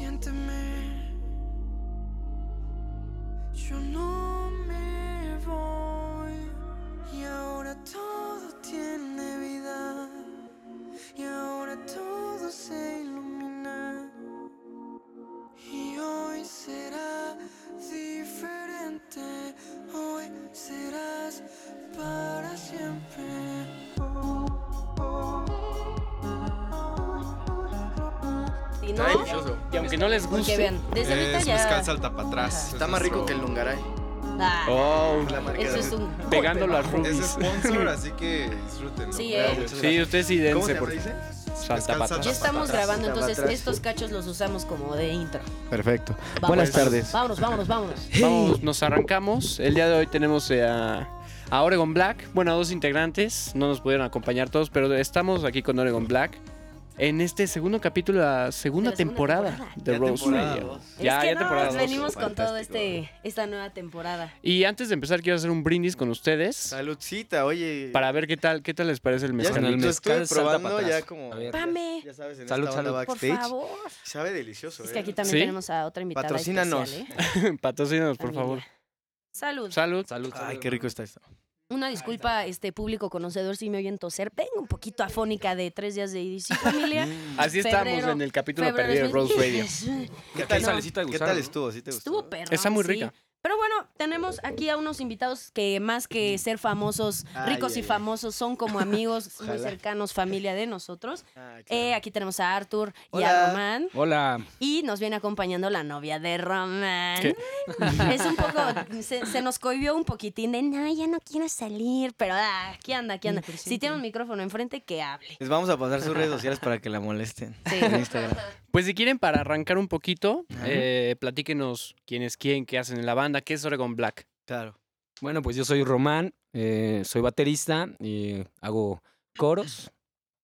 miénteme. Yo no me voy. Y ahora todo tiene vida. Y ahora todo se ilumina. Y hoy será diferente. Hoy serás para siempre. Si no, Está delicioso. Y aunque no les porque guste, vean, desde ahorita es ya. mezcal saltapatrás. Está más rico que el lungaray. Ah, oh, La marca eso de- es un. pegando golpe, las ¿no? Es rubies. sponsor, así que disfrútenlo. Sí, Claro, eh. muchas Sí, gracias. ustedes sí ¿Cómo se dense llama, por dice? Ya saltapatas. estamos Atrás, grabando, atrás. entonces estos cachos los usamos como de intro. Perfecto. Vámonos. Buenas tardes. Vámonos, vámonos, vámonos. Vamos, nos arrancamos. El día de hoy tenemos eh, a, a Oregon Black. Bueno, a dos integrantes. No nos pudieron acompañar todos, pero estamos aquí con Oregon Black. En este segundo capítulo, De la segunda la segunda temporada, temporada. de Ya Rose temporada Radio. dos. Ya, es que ya no, temporada nos dos. venimos con todo Fantástico. este esta nueva temporada. Y antes de empezar, quiero hacer un brindis con ustedes Saludcita, oye. para ver qué tal, qué tal les parece el ya mezcal. lo el estuve mezcal salta probando para atrás. ya como. A ver. Pame, Ya sabes, en Salud, esta onda por salud. backstage. favor. Sabe delicioso, Es que ¿eh? aquí también ¿Sí? tenemos a otra invitada Patrocínanos. especial, ¿eh? Patrocínanos, por Amiga. favor. Salud. Salud. Salud. Ay, qué rico está esto. Una disculpa, este público conocedor, si me oyen toser. Vengo un poquito afónica de tres días de edición familia. Así Febrero- estamos en el capítulo Febrero perdido de es Rose mi- Radio. ¿Qué tal No. salecita de ¿Qué gusano? tal estuvo? ¿Sí te gustó? Estuvo perro. Está muy rica. Pero bueno, tenemos aquí a unos invitados que más que Mm. ser famosos, Ay, ricos ay, y ay. famosos, son como amigos muy Ojalá. cercanos, familia de nosotros. Ah, claro. Eh, aquí tenemos a Arthur y Hola. a Román. Hola. Y nos viene acompañando la novia de Román. ¿Qué? Es un poco, se, se nos cohibió un poquitín de, no, ya no quiero salir, pero ah, aquí anda, aquí anda. Si tiene un micrófono enfrente, que hable. Les vamos a pasar sus redes sociales para que la molesten. Sí. En Instagram. Pues si quieren, para arrancar un poquito, eh, platíquenos quién es quién, qué hacen en la banda, qué es Oregon Black. Claro. Bueno, pues yo soy Román, eh, soy baterista y hago coros.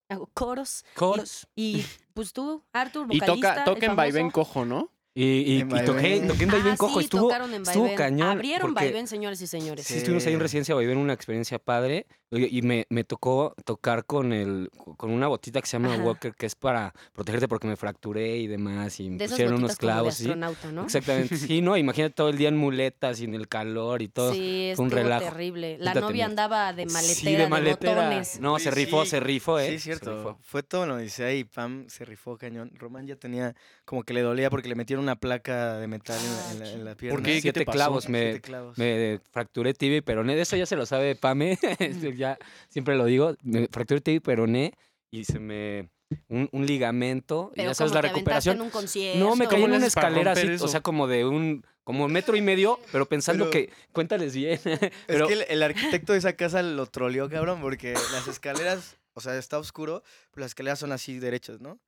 Hago coros. Coros. Y pues tú, Arthur, Y vocalista. toca, el toca en Vaivén famoso. Cojo, ¿no? Y, y- En y Vaivén. toqué, toqué en Vaivén Ah, Cojo. sí, estuvo, tocaron en estuvo Vaivén. cañón. Abrieron porque Vaivén, señores y señores. Sí, estuvimos ahí en Residencia Vaivén, una experiencia padre. Y y me, me tocó tocar con el con una botita que se llama Ajá. Walker, que es para protegerte porque me fracturé y demás. Y me De esos pusieron unos clavos. sí. astronauta, ¿no? Exactamente. Sí, no, imagínate todo el día en muletas y en el calor y todo. Sí, es Fue un relajo. terrible. La Puta, novia tenía- andaba de maletera, sí, de maletera. botones. No, Oye, se rifó, sí. se rifó, ¿eh? Sí, Se es cierto. rifó. Fue todo lo dice y Pam se rifó cañón. Román ya tenía como que le dolía porque le metieron una placa de metal en la, en la- en la pierna. qué? ¿Qué Siete te pasó? clavos me, Siete clavos. me fracturé tibia y peroné. De eso ya se lo sabe Pame. Esto Mm. ya siempre lo digo. Me fracturé tibia y peroné y se me. Un, un ligamento. y Pero ya sabes como la te aventaste en recuperación. un concierto. No, me caí en le una haces para escalera así, romper eso? o sea, como de un. Como metro y medio, pero pensando Pero- que. Cuéntales bien. pero es que el, el arquitecto de esa casa lo troleó, cabrón, porque las escaleras, o sea, está oscuro, pero las escaleras son así derechas, ¿no?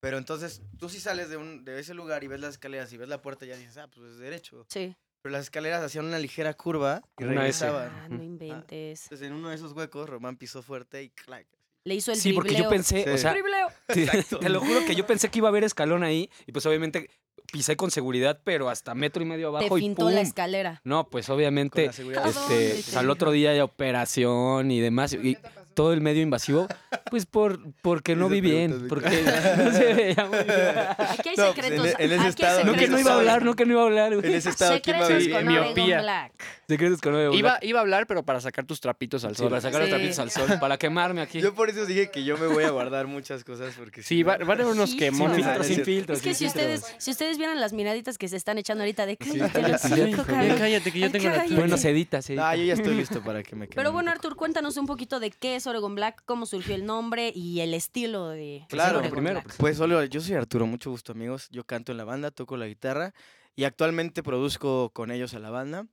Pero entonces tú si sales de, un, de ese lugar y ves las escaleras y ves la puerta, ya dices, ah, pues es derecho. Sí. Pero las escaleras hacían una ligera curva y Como una S. regresaban. Ah, no inventes. Entonces en uno de esos huecos Román pisó fuerte y clac. Le hizo el sí, porque yo dribleo. pensé, o Sí. sea, Dribleo. te, te lo juro que yo pensé que iba a haber escalón ahí y pues obviamente pisé con seguridad, pero hasta metro y medio Te abajo y pintó pum. la escalera. No, pues Con obviamente la seguridad. ¿Dónde este, te pues, al otro día ya operación y demás y todo el medio invasivo, pues por porque no Esas vi bien, preguntas porque no se veía muy bien. Aquí hay No, pues, secretos. en- en ese Aquí hay estado, secretos. No que no iba a hablar, no que no iba a hablar. En güey. ese estado, ¿quién va a Secretos vivir? con Sí, Oregon miopía. Black. Secretos que no iba a Iba, hablar. iba a hablar, pero para sacar tus trapitos al Sí, sol. para sacar los Sí. trapitos al sol, para quemarme aquí. Yo por eso dije que yo me voy a guardar muchas cosas porque si Sí, no- va- van a haber unos Sí, sin quemones. filtro, sin cierto. filtro. Es que sin si filtro. ustedes, si ustedes vieran las miraditas que se están echando ahorita de Sí. cállate, el hocico, Sí. cabrón. cállate, que yo Ay, tengo la cállate. Bueno, se edita, se edita. Ah, yo ya estoy listo para que me quede. Pero bueno, Artur, cuéntanos un poquito de qué es Oregon Black, cómo surgió el nombre y el estilo de Claro, Oregon primero, Black. Pues solo, yo soy Arturo, mucho gusto amigos. Yo canto en la banda, toco la guitarra y actualmente produzco con ellos a la banda.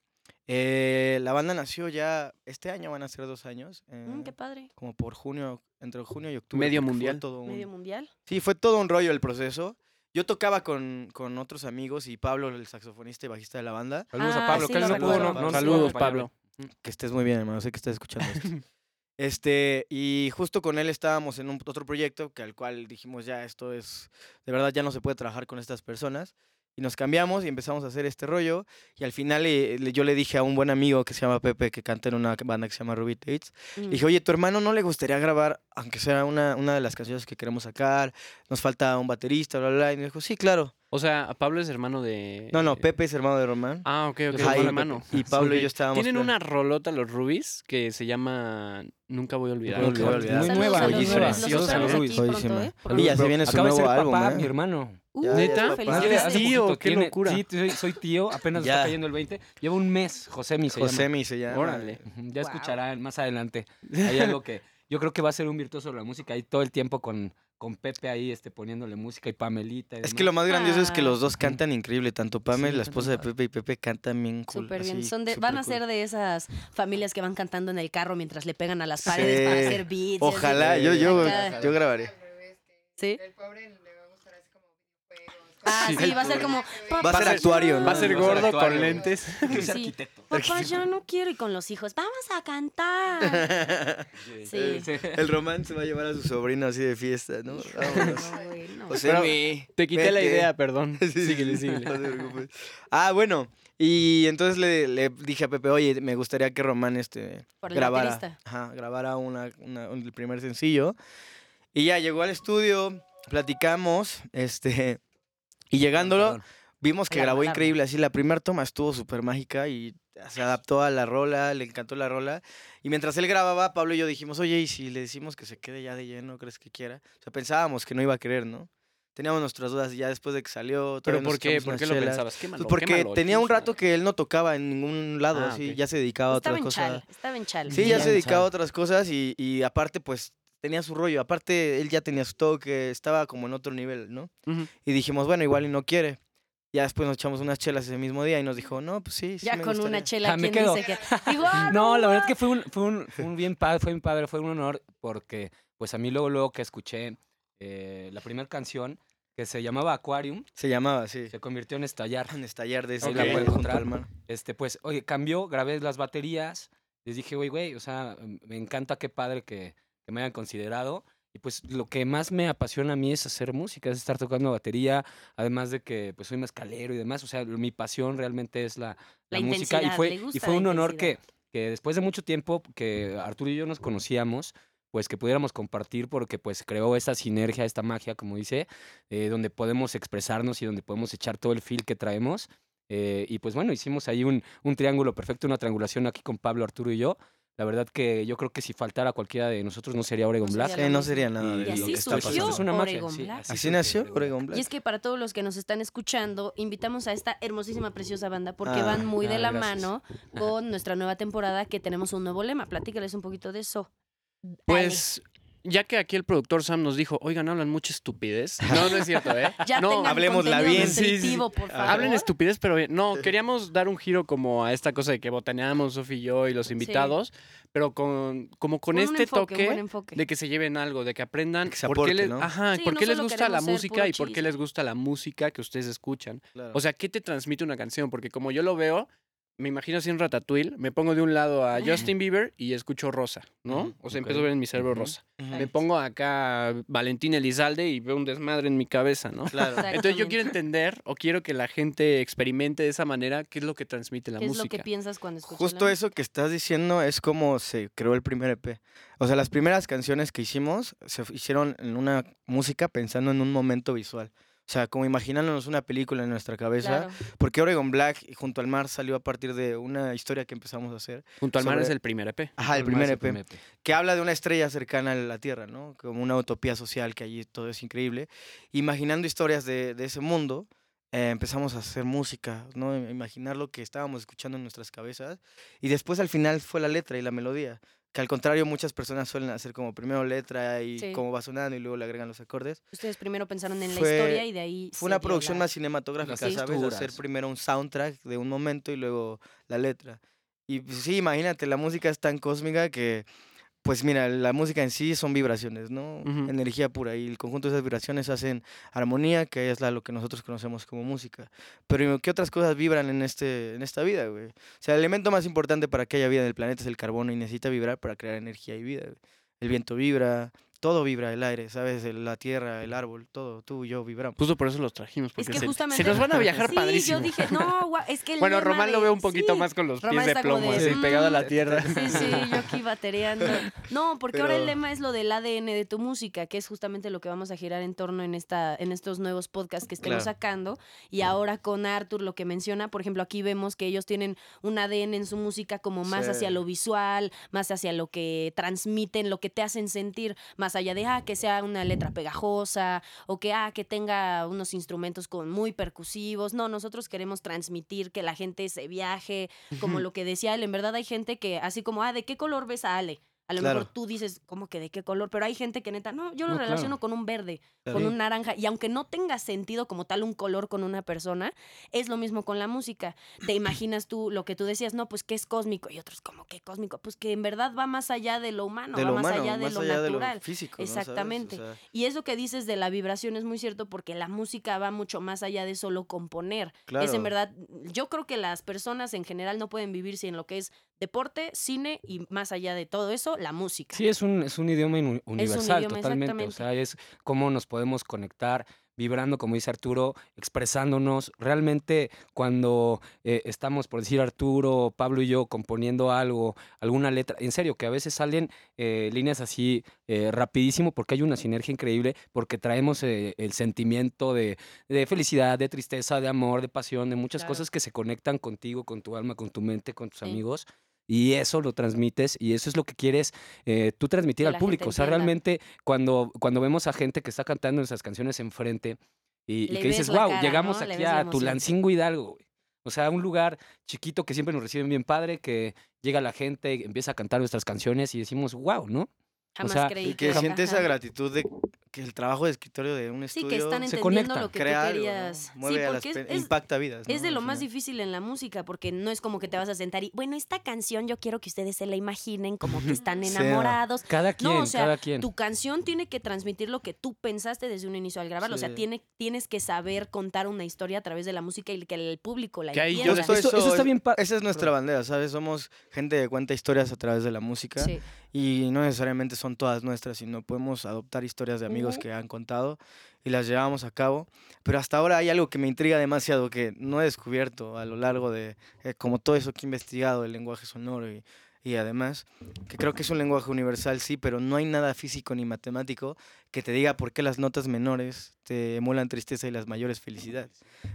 Eh, la banda nació ya este año, van a ser dos años. eh, Mm, qué padre. como por junio, entre junio y octubre. Medio porque fue mundial. todo un- Medio mundial. sí, fue todo un rollo el proceso. Yo tocaba con, con otros amigos y Pablo, el saxofonista y bajista de la banda. Saludos Ah, a Pablo, sí, que él lo no pudo, recuerdo. no, no nos Saludos, pudo Pablo. Que estés muy bien, hermano, sé que estás escuchando esto. Este, y justo con él estábamos en un, otro proyecto que al cual dijimos ya esto es, de verdad ya no se puede trabajar con estas personas. Y nos cambiamos y empezamos a hacer este rollo. Y al final eh, le- yo le dije a un buen amigo que se llama Pepe, que canta en una banda que se llama Ruby Tates, Mm. le dije, oye, tu hermano no le gustaría grabar, aunque sea una, una de las canciones que queremos sacar, nos falta un baterista, bla, bla, bla. Y me dijo, sí, claro. O sea, Pablo es hermano de. eh, No, no, Pepe es hermano de Román. Ah, ok, Yo ok. soy es hermano hermano. Pepe. Y Pablo y yo estábamos Tienen plan- una rolota los Rubis que se llama Nunca voy a olvidar. Nunca voy a olvidar. Muy Saludos nueva, a los muy Rubis. nueva. Los Preciosa, usaremos Rubis. aquí pronto, Joyísima. ¿eh? Y ya se viene su Acaba de nuevo ser álbum. papá, ¿eh? mi hermano. Uh, Ya, ya ¿Neta? está felicidades. papá. Hace Hace tío, poquito qué tiene- locura. Sí, soy, soy tío, apenas Ya. está cayendo el 20. Lleva un mes, José mi se José llama. mi se llama. Órale. Ujú, Ya Guau. escucharán más adelante. Hay algo que yo creo que va a ser un virtuoso de la música ahí todo el tiempo con, con Pepe ahí este, poniéndole música y Pamelita. y Es demás. que lo más grandioso es que Ah. los dos cantan increíble. Tanto Pame, Sí, la esposa de Pepe y Pepe cantan bien cool. Súper bien. así, Son de- súper van a cool. ser de esas familias que van cantando en el carro mientras le pegan a las Sí. paredes para hacer beats. y así. Ojalá, yo, yo, Acá. yo grabaré. ¿Sí? El pobre le va a gustar así como videojuegos. Ah, cosas sí, así. va a ser como. Va a ser actuario, ¿no? Va a ser Va a ser gordo actuario. con lentes. Es Sí. arquitecto. Papá, yo no quiero ir con los hijos. Vamos a cantar. Sí. Sí. El Román se va a llevar a su sobrino así de fiesta, ¿no? Híjole, Vámonos. no, güey, no. José Pero- mi, Te quité la vete. idea, perdón. Sí, sí, Síguele, sí, síguele. no te preocupes. Ah, bueno. Y entonces le, le dije a Pepe, oye, me gustaría que Román este, Por el grabara, baterista. ajá, grabara una, una- un- el primer sencillo. Y ya llegó al estudio, platicamos, este, y llegándolo, Perdón. vimos que La grabó alarma. increíble. Así, la primera toma estuvo súper mágica y se adaptó a la rola, le encantó la rola. Y mientras él grababa, Pablo y yo dijimos, oye, ¿y si le decimos que se quede ya de lleno, crees que quiera? O sea, pensábamos que no iba a querer, ¿no? Teníamos nuestras dudas y ya después de que salió. Pero todavía nos ¿por qué? echamos ¿Por unas qué lo chelas. pensabas? Quémalo, Pues porque quémalo, tenía un chis, rato que él no tocaba en ningún lado, Ah, así, ok. ya se dedicaba a Pues Estaba otra en cosa. chal, estaba en chal. Sí, ya se Bien, dedicaba a chale. otras cosas y, y aparte, pues, tenía su rollo. Aparte, él ya tenía su toque, estaba como en otro nivel, ¿no? Ujú. Y dijimos, bueno, igual y no quiere. Ya después nos echamos unas chelas ese mismo día y nos dijo, no, pues sí, sí Ya me con gustaría". una chela, Ah, me ¿quién quedo. dice que? ah, Igual. No, la verdad es que fue un, fue un, fue un bien padre, fue mi padre, fue un honor porque pues a mí luego, luego que escuché eh, la primera canción que se llamaba Aquarium, Se llamaba, sí. se convirtió en Estallar. En estallar de ese Ok. la Ahí la pueden pueden encontrar, encontrar. hermano. Este, pues, oye, cambió, grabé las baterías. Les dije, güey, güey, o sea, m- me encanta, qué padre que, que me hayan considerado. Y pues lo que más me apasiona a mí es hacer música, es estar tocando batería, además de que pues soy mezcalero y demás. O sea, lo- mi pasión realmente es la, La la, música. Y intensidad, le fue, gusta y fue la un honor que, intensidad. que después de mucho tiempo que Arturo y yo nos conocíamos, pues que pudiéramos compartir porque pues creó esta sinergia, esta magia, como dice, eh, donde podemos expresarnos y donde podemos echar todo el feel que traemos. Eh, y pues bueno, hicimos ahí un, un triángulo perfecto, una triangulación aquí con Pablo, Arturo y yo. La verdad que yo creo que si faltara cualquiera de nosotros no sería Oregon No Black. sería Sí, no sería nada de Y lo así que está surgió. pasando. Oregon Black. Así nació Oregon Y Black. es que para todos los que nos están escuchando, invitamos a esta hermosísima, preciosa banda porque Ah, van muy de ah, la gracias. mano con nuestra nueva temporada que tenemos un nuevo lema. Platícales un poquito de eso. Pues, ya que aquí el productor Sam nos dijo, oigan, hablan mucha estupidez. No, no es cierto, ¿eh? Ya no, tengan hablemosla contenido bien. Sí, sí, sí. nutritivo, por favor. Hablen estupidez, pero bien. No, queríamos dar un giro como a esta cosa de que botaneamos, Sofi y yo y los invitados, pero con, como con Un este enfoque, un toque buen enfoque. de que se lleven algo, de que aprendan Que se por qué aporte, les, ¿no? ajá, Sí, por no qué les solo gusta la queremos ser música puro y por qué chisme. les gusta la música que ustedes escuchan. Claro. O sea, ¿qué te transmite una canción? Porque como yo lo veo, me imagino así en Ratatouille, me pongo de un lado a Justin Bieber y escucho Rosa, ¿no? Ujú, O sea, ok. empiezo a ver en mi cerebro Ujú. Rosa. Ujú. Me pongo acá a Valentín Elizalde y veo un desmadre en mi cabeza, ¿no? Claro. Entonces yo Exactamente. quiero entender o quiero que la gente experimente de esa manera qué es lo que transmite la ¿Qué es música. lo que piensas cuando escuchas Justo la eso que estás diciendo es como se creó el primer EP. O sea, las primeras canciones que hicimos se f- hicieron en una música pensando en un momento visual. O sea, como imaginándonos una película en nuestra cabeza. música? Claro. Porque Oregon Black y Junto al Mar salió a partir de una historia que empezamos a hacer. Junto al mar sobre- es el primer E EP. Ajá, el Por más primer E el EP. Que habla de una estrella cercana a la Tierra, ¿no? Como una utopía social que allí todo es increíble. Imaginando historias de, de ese mundo, eh, empezamos a hacer música, ¿no? Im- Imaginar lo que estábamos escuchando en nuestras cabezas. Y después al final fue la letra y la melodía. Que al contrario, muchas personas suelen hacer como primero letra y Sí. cómo va sonando y luego le agregan los acordes. Ustedes primero pensaron en Fue- la historia y de ahí. se Fue una dio producción la- más cinematográfica, las ¿sabes? De Hacer texturas. primero un soundtrack de un momento y luego la letra. Y pues, sí, imagínate, la música es tan cósmica que, pues mira, la música en sí son vibraciones, ¿no? Ujú. Energía pura. Y el conjunto de esas vibraciones hacen armonía, que es la, lo que nosotros conocemos como música. Pero ¿qué otras cosas vibran en, este, en esta vida, güey? O sea, el elemento más importante para que haya vida en el planeta es el carbono y necesita vibrar para crear energía y vida. güey. El viento vibra, todo vibra, el aire, ¿sabes? El- la tierra, el árbol, todo, tú y yo vibramos. Justo por eso los trajimos. Es Porque que se, justamente. se nos van a viajar sí, padrísimo. Yo dije, no, guau, es que. el bueno, lema Román lo de- veo un poquito sí, más con los Román pies de está como plomo, ¿eh? de, así "Mm". pegado a la tierra. Sí, sí, yo aquí batereando. No, porque ahora el Pero- lema es lo del ADN de tu música, que es justamente lo que vamos a girar en torno en esta, en estos nuevos podcasts que estemos Claro. sacando. Y ahora con Arthur lo que menciona, por ejemplo, aquí vemos que ellos tienen un ADN en su música como más Sí. hacia lo visual, más hacia lo que transmiten, lo que te hacen sentir, más allá de ah, que sea una letra pegajosa o que ah, que tenga unos instrumentos con muy percusivos. No, nosotros queremos transmitir que la gente se viaje, como lo que decía él, en verdad hay gente que así como, ah, ¿de qué color ves a Ale? A lo Claro. mejor tú dices, como que de qué color? Pero hay gente que neta, no, yo lo No, claro. relaciono con un verde, con un naranja. Y aunque no tenga sentido como tal un color con una persona, es lo mismo con la música. Te imaginas tú lo que tú decías, no, pues que es cósmico. Y otros, como que cósmico? Pues que en verdad va más allá de lo humano, de va lo más humano, allá de más lo allá de natural. lo físico. ¿no? ¿Sabes? Exactamente. O sea, Y eso que dices de la vibración es muy cierto porque la música va mucho más allá de solo componer. Es en Claro. verdad, mm, yo creo que las personas en general no pueden vivir sin lo que es deporte, cine y más allá de todo eso, la música. Sí, es un, es un idioma inu- universal, idioma, totalmente. O sea, es cómo nos podemos conectar, vibrando, como dice Arturo, expresándonos. Realmente, cuando eh, estamos, por decir Arturo, Pablo y yo, componiendo algo, alguna letra, en serio, que a veces salen eh, líneas así eh, rapidísimo, porque hay una sinergia increíble, porque traemos eh, el sentimiento de, de felicidad, de tristeza, de amor, de pasión, de muchas Claro. cosas que se conectan contigo, con tu alma, con tu mente, con tus Sí. amigos. Y eso lo transmites y eso es lo que quieres eh, tú transmitir Que al la público. gente O sea, entienda. realmente cuando, cuando vemos a gente que está cantando esas canciones enfrente y, y Le que ves dices, la wow, cara, llegamos ¿no? Le aquí ves la a emoción". Tulancingo Hidalgo. güey". O sea, un lugar chiquito que siempre nos reciben bien padre, que llega la gente, empieza a cantar nuestras canciones y decimos, wow, ¿no? Jamás sea, creí Y que Ajá. siente esa gratitud de que el trabajo de escritorio de un Sí, estudio que están se entendiendo conectan, lo que tú crea algo, ¿no? querías. Mueve sí, a las porque es- pe- es, impacta vidas. Es ¿no? de Al lo más final. difícil en la música, porque no es como que te vas a sentar y, bueno, esta canción yo quiero que ustedes se la imaginen como que están Sí, enamorados. Cada No, quien, o sea, cada quien. Tu canción tiene que transmitir lo que tú pensaste desde un inicio al grabarlo. O sea, Sí. tiene, tienes que saber contar una historia a través de la música y que el público la Que ahí yo entienda. Justo Eso- eso está es- bien pa- Esa es nuestra bandera, ¿sabes? Somos gente que cuenta historias a través de la música Sí. y no necesariamente son todas nuestras, sino podemos adoptar historias de amigos que han contado y las llevamos a cabo. Pero hasta ahora hay algo que me intriga demasiado que no he descubierto a lo largo de, eh, como todo eso que he investigado, el lenguaje sonoro y, y además, que creo que es un lenguaje universal, sí, pero no hay nada físico ni matemático que te diga por qué las notas menores te emulan tristeza y las mayores felicidad.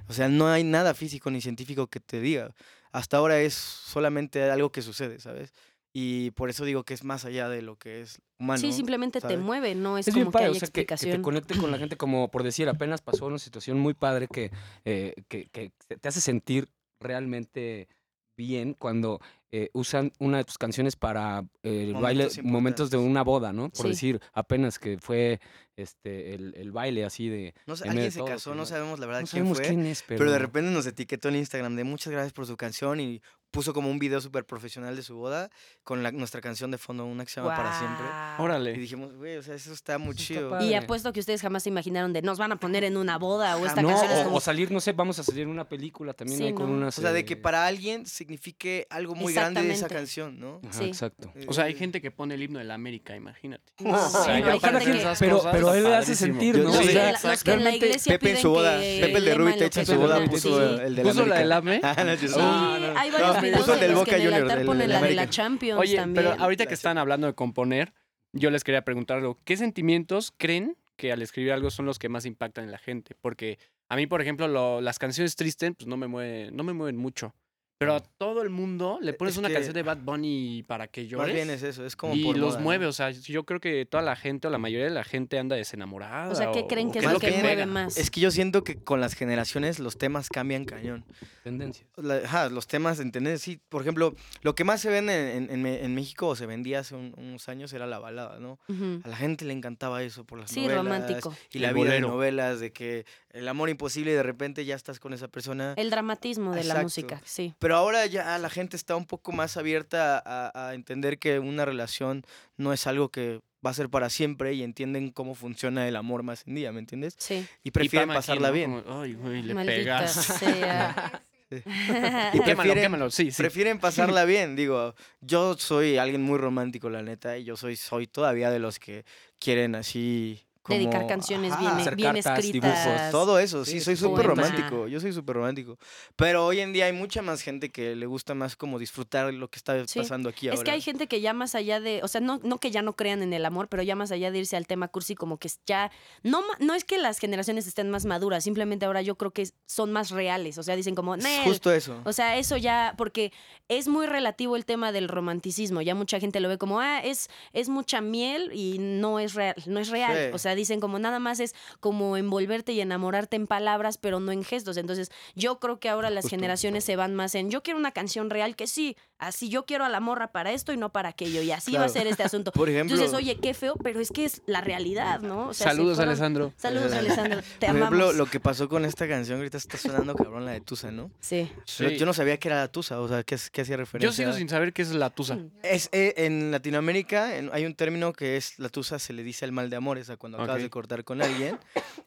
O sea, no hay nada físico ni científico que te diga. Hasta ahora es solamente algo que sucede, ¿sabes? Y por eso digo que es más allá de lo que es humano. sí, simplemente Ah, ¿sabes? te mueve, no es, Es como bien padre, que o hay sea, que, que explicación. te conecte con la gente, como por decir, apenas pasó una situación muy padre que, eh, que, que te hace sentir realmente bien cuando eh, usan una de tus canciones para eh, el baile, Momentos momentos de importantes. una boda, ¿no? Por Sí. decir, apenas que fue este el, el baile así de... No sé, en medio alguien de se todo, casó, pero no bueno. sabemos la verdad No quién sabemos fue. quién es, pero... pero... de repente nos etiquetó en Instagram de muchas gracias por su canción y puso como un video súper profesional de su boda con la- nuestra canción de fondo, una que se llama Para Siempre. Guau. Y Órale. dijimos, güey, o sea, eso está muy Eso está chido. padre. Y apuesto que ustedes jamás se imaginaron de nos van a poner en una boda o esta No, canción es o, como o salir, no sé, vamos a salir en una película también Sí, ahí con ¿no? unas... O sea, de eh, que para alguien signifique algo muy grande de esa Exactamente. canción, ¿no? Eh, ajá, Sí. Exacto. O sea, hay gente que pone el himno de la América, imagínate. No, sí, Ay, no, hay aparte gente que- esas Pero, cosas, pero está él hace padrísimo. sentir, Yo ¿no? Los sé O que que- la- sea, los que en la realmente- iglesia Pepe en piden su boda, que Pepe el de lema Rubí lo Techa en que su boda cantamos. puso Sí. el de la ¿Puso la América. del AME? Ah, no, yo sé. Sí, hay varios No, videos puso el en del los Boca que en el Juniors, altar el ponen del la de la América. Champions Oye, también. pero ahorita que están hablando de componer, yo les quería preguntar algo. ¿Qué sentimientos creen que al escribir algo son los que más impactan en la gente? Porque a mí, por ejemplo, lo- las canciones tristes pues, no, me mueven, no me mueven mucho. Pero a todo el mundo le pones Es una que- canción de Bad Bunny para que Más llores. bien es eso, es como y por los moda, ¿no? mueve, o sea, yo creo que toda la gente o la mayoría de la gente anda desenamorada. O sea, ¿qué creen que es qué más lo que bien- mueve pega? más? Es que yo siento que con las generaciones los temas cambian cañón. Tendencias. La- ajá, los temas, ¿entendés? Sí, por ejemplo, lo que más se vende en, en- en México o se vendía hace un- unos años era la balada, ¿no? Ujú. A la gente le encantaba eso por las Sí, novelas. romántico. Y la El vida de bolero. novelas, de que el amor imposible y de repente ya estás con esa persona. El dramatismo de la Exacto. música, sí. Pero ahora ya la gente está un poco más abierta a, a entender que una relación no es algo que va a ser para siempre y entienden cómo funciona el amor más en día, ¿me entiendes? Sí, Y Y prefieren Pam aquí, pasarla ¿no? bien. Como, Ay, güey, le maldita pegas. sea. Y Quémalo, prefieren- quémalo, sí, sí. Prefieren pasarla bien, digo, yo soy alguien muy romántico, la neta, y yo soy, soy todavía de los que quieren así como... Dedicar canciones ajá, bien, hacer bien cartas, dibujos, escritas. Pues todo eso, sí, Sí, soy sí, súper poemas. romántico, yo soy súper romántico. Pero hoy en día hay mucha más gente que le gusta más como disfrutar lo que está Sí. pasando aquí Es ahora. que hay gente que ya más allá de, o sea, no, no que ya no crean en el amor, pero ya más allá de irse al tema cursi, como que ya, no, ma- no es que las generaciones estén más maduras, simplemente ahora yo creo que son más reales, o sea, dicen como, Es "Nel, Justo eso. o sea, eso ya, porque es muy relativo el tema del romanticismo. Ya mucha gente lo ve como, ah, es, es mucha miel y no es real. No es real. Sí. O sea, dicen como nada más es como envolverte y enamorarte en palabras, pero no en gestos. Entonces, yo creo que ahora las Justo. generaciones se van más en, yo quiero una canción real que sí, así yo quiero a la morra para esto y no para aquello. Y así va a Claro. ser este asunto. Por ejemplo, Entonces, oye, qué feo, pero es que es la realidad, ¿no? O sea, se Saludos, fueron- Alessandro. Saludos, Alessandro. Te por ejemplo amamos. lo que pasó con esta canción, ahorita está sonando cabrón la de Tusa, ¿no? Sí. Pero Sí. Yo no sabía que era la Tusa, o sea, que, es- que hacía referencia. Yo sigo sin saber qué es la tusa. Mm. Es, eh, en Latinoamérica en- hay un término que es la tusa, se le dice al mal de amor, o sea, cuando acabas Ok. de cortar con alguien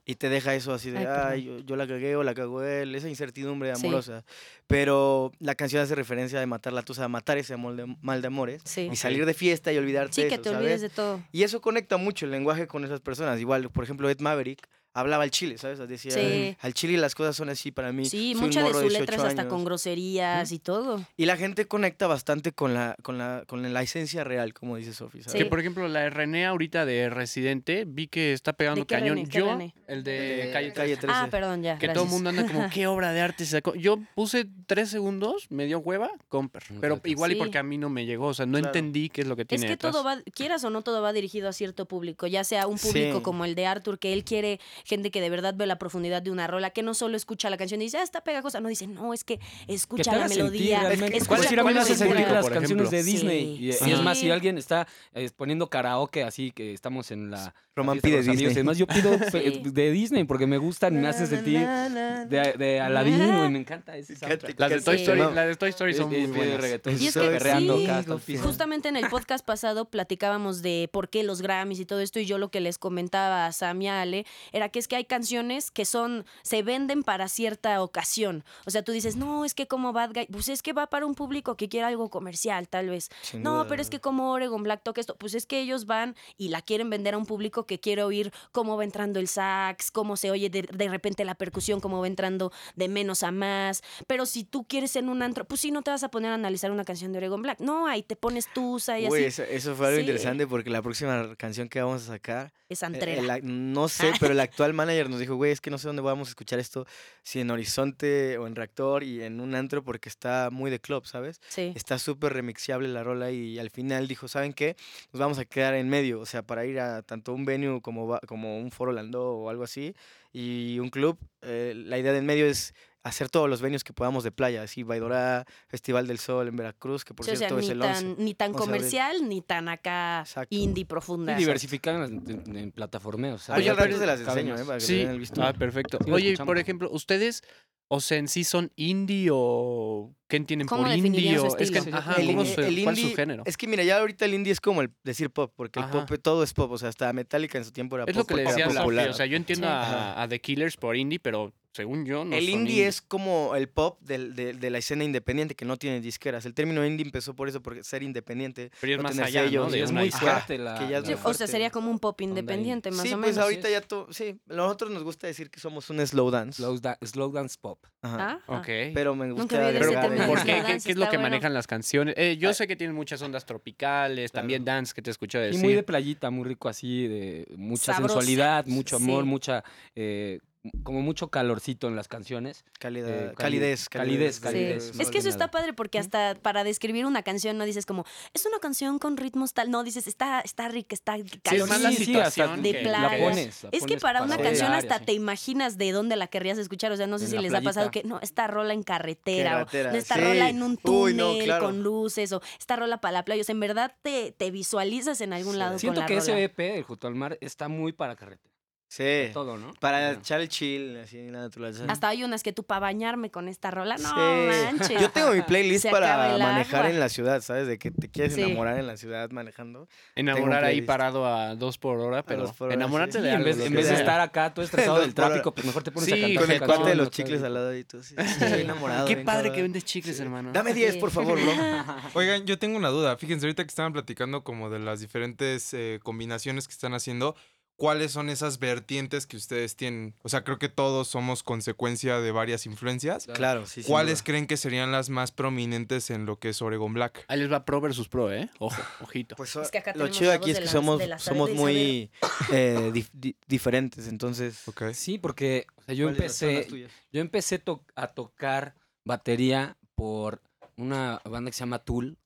y te deja eso así de, Ay, ay, perdón. yo, yo la cagué o la cagó él, esa incertidumbre Sí. amorosa. Pero la canción hace referencia de matar la tusa, a matar ese amor de- mal de amores Sí. y salir de fiesta y olvidarte Sí, de que eso, te ¿sabes? olvides de todo. Y eso conecta mucho el lenguaje con esas personas. Igual, por ejemplo, Ed Maverick hablaba al chile, ¿sabes? Decía, Sí. al chile las cosas son así para mí. Sí, soy un muchas de morro sus 18 letras hasta años". con groserías y todo. Y la gente conecta bastante con la, con la, con la esencia real, como dice Sofi, ¿sabes? Que Sí. por ejemplo, la René ahorita de Residente, vi que está pegando ¿De qué cañón. René? ¿Qué Yo, René? el de Eh, Calle 13. Calle 13. Ah, perdón, ya. Que gracias. todo el mundo anda como, ¿qué obra de arte se sacó? Yo puse tres segundos, me dio hueva, comper. Pero Neta. igual y Sí. porque a mí no me llegó, o sea, no Claro. entendí qué es lo que Es tiene que detrás. todo va, quieras o no, todo va dirigido a cierto público, ya sea un público Sí. como el de Arthur, que él quiere gente que de verdad ve la profundidad de una rola, que no solo escucha la canción y dice, ah, está pegajosa, no dice, no, es que escucha la melodía. realmente. escucha ¿Cuál es- ¿Cuál cómo me se hace sentir mueve. las por canciones ejemplo? de Disney? Sí. Y, y es más, Sí. si alguien está eh, poniendo karaoke así, que estamos en la... Román fiesta pide con los amigos y Disney. demás, yo pido Sí. pe- de Disney porque me gustan, me hacen sentir de, de Aladdin, güey, me encanta ese soundtrack. Las de Toy Sí. Story, No. las de Toy Story son muy Es- es video de buenas. reggaetón, Y es estoy que perreando sí, pues, acá hasta el final. Justamente en el podcast pasado platicábamos de por qué los Grammys y todo esto, y yo lo que les comentaba a Sam y a Ale era que es que hay canciones que son, se venden para cierta ocasión. O sea, tú dices, no, es que como Bad Guy, pues es que va para un público que quiera algo comercial, tal vez. Sin No, duda. pero es que como Oregon Black toca esto, pues es que ellos van y la quieren vender a un público que quiere oír cómo va entrando el sax, cómo se oye de, de repente la percusión, cómo va entrando de menos a más. Pero si tú quieres en un antro, pues sí, no te vas a poner a analizar una canción de Oregon Black. No, ahí te pones tusa y Güey, así. eso, eso fue algo Sí. interesante porque la próxima canción que vamos a sacar, Es eh, antrera. el ac- no Ah. sé, pero el actual manager nos dijo, güey, es que no sé dónde vamos a escuchar esto, si en Horizonte o en Reactor y en un antro porque está muy de club, ¿sabes? sí. Está súper remixiable la rola y al final dijo, ¿saben qué? Nos vamos a quedar en medio, o sea, para ir a tanto un venue como, va- como un foro landó o algo así y un club, eh, la idea de en medio es hacer todos los venues que podamos de playa, así Baidora, Festival del Sol en Veracruz, que por Sí, o sea, cierto es ni el 11. tan, ni tan 11 de abril. comercial, ni tan acá Exacto. indie profunda. Y diversificar en, las- en- en plataformeos. Oye, al Ahorita rato se las enseño, cabemos. ¿eh? Para que le Sí, den el visto. ah, perfecto. Sí, lo Oye, escuchamos. por ejemplo, ustedes, o sea, en sí son indie o qué entienden ¿Cómo por definirían indie su o es que estilo? ajá, El ah, ¿cómo indie- se- el cuál es su indie género? Es que mira, ya ahorita el indie es como el decir pop, porque Ajá. el pop todo es pop, o sea, hasta Metallica en su tiempo era Es pop. lo que le porque decía era a Sofi, popular. o sea, yo entiendo Sí. a, a The Killers por indie, pero según yo no el son indie, es como el pop del- de, de la escena independiente que no tiene disqueras. El término indie empezó por eso, porque ser independiente, pero es no más tener allá, sello, ¿no? sí, De es una muy disquera. fuerte la... que ya es Sí, muy o sea, fuerte. sería como un pop independiente, más sí, o pues menos. ahorita Así ya todo. Sí, a nosotros nos gusta decir que somos un slow dance. Slow, da- slow dance pop. Ajá. Ah, ah. Ok. Pero me gusta. Nunca había Pero, ese agregar término de el- ¿por qué? slow ¿Qué, dance qué es lo está que bueno. manejan las canciones? Eh, yo Ay. sé que tienen muchas ondas tropicales, también dance, que te escucho Y decir. muy de playita, muy rico así, de mucha Sabroso. sensualidad, mucho amor, Sí. mucha... eh, como mucho calorcito en las canciones. calidad- Eh, cali- calidez, calidez, calidez. Sí. calidez, Sí. más Es que eso nada. está padre porque hasta para describir una canción no dices como, es una canción con ritmos tal, no dices, está, está rica, está es más la calorcita. situación de que- playa. La pones. la Es que pones para una canción bailar y hasta así. te imaginas de dónde la querrías escuchar. O sea, no sé En si la les ha pasado que playita. no, esta rola en carretera, Carretera, o esta sí. rola en un Uy, túnel no, claro. con luces, o esta rola para la playa. O sea, en verdad te, te visualizas en algún Sí. lado con Siento la que E rola. ese EP, el Junto al Mar, está muy para carretera. Sí. Todo, ¿no? Para Bueno. echar el chill, así en la naturaleza. Hasta hay unas que tú para bañarme con esta rola. No, Sí. manches. Yo tengo mi playlist Se acaba para el manejar agua. en la ciudad, ¿sabes? De que te quieres Sí. enamorar en la ciudad manejando. Enamorar ahí playlist. parado a dos por hora, pero dos por hora, enamorarte sí. de Y en algo, vez, lo en que vez de sea. estar acá todo estresado Dos del por hora. tráfico, pues mejor te pones a Sí, cantar Con una el canción, cuate de los ¿no? chicles al lado y tú sí, Estoy enamorado. Qué bien padre cabrón. que vendes chicles, hermano. Dame 10, por favor, bro. Oigan, yo tengo una duda. Fíjense, ahorita que estaban platicando como de las diferentes eh, combinaciones que están haciendo, ¿cuáles son esas vertientes que ustedes tienen? O sea, creo que todos somos consecuencia de varias influencias. Claro, sí, sin ¿Cuáles duda. creen que serían las más prominentes en lo que es Oregon Black? Ahí les va pro versus pro, ¿eh? Ojo, ojito. Pues Es que acá lo tenemos chido la voz aquí es de que las- somos, de las somos artes, muy eh, dif- di- diferentes, entonces. Ok. Sí, porque o sea, yo ¿cuáles son las empecé, tuyas? yo empecé to- a tocar batería por una banda que se llama Tool.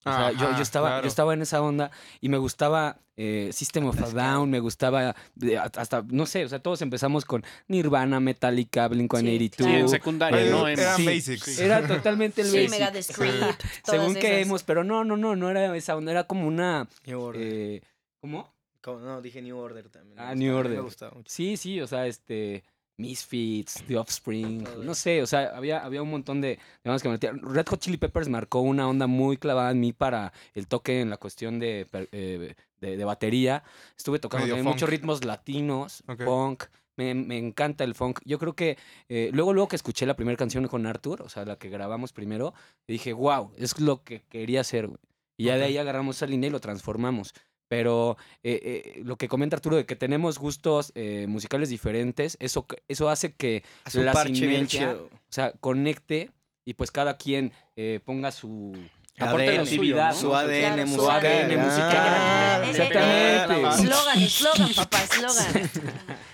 O sea, yo, yo, Ajá, estaba, claro. yo estaba en esa onda y me gustaba eh, System of a Down, me gustaba eh, hasta, no sé, o sea, todos empezamos con Nirvana, Metallica, Blink-182. Sí, en claro. secundaria, Oye, ¿no? En- eran sí. basics. Uh, Era totalmente el Sí, basic. Mega The Strip, Según todas que esas. hemos, pero no, no, no, no era esa onda, era como una... New Order. eh, ¿Cómo? Como- No, dije New Order también. me Ah, gusta, New a mí Order. Me gustaba mucho. Sí, sí, o sea, este... Misfits, The Offspring, Todo no eso. sé, o sea, había, había un montón de... Digamos que me metía- Red Hot Chili Peppers marcó una onda muy clavada en mí para el toque en la cuestión de, per- eh, de, de batería. Estuve tocando Medio también funk. muchos ritmos latinos, Ok. funk. Me, me encanta el funk. Yo creo que eh, luego, luego que escuché la primera canción con Arthur, o sea, la que grabamos primero, dije, wow, es lo que quería hacer, güey. Y ya de ahí agarramos esa línea y lo transformamos. Pero eh, eh, lo que comenta Arturo de que tenemos gustos eh, musicales diferentes, eso, eso hace que Hace un la parche bien sinergia, chido. o sea, conecte y pues cada quien eh, ponga su aporte ADN, de actividad, ¿no? Su ADN Claro, su musical. ADN musical. Ah, Ah. Exactamente. Eslogan, eslogan, papá, eslogan.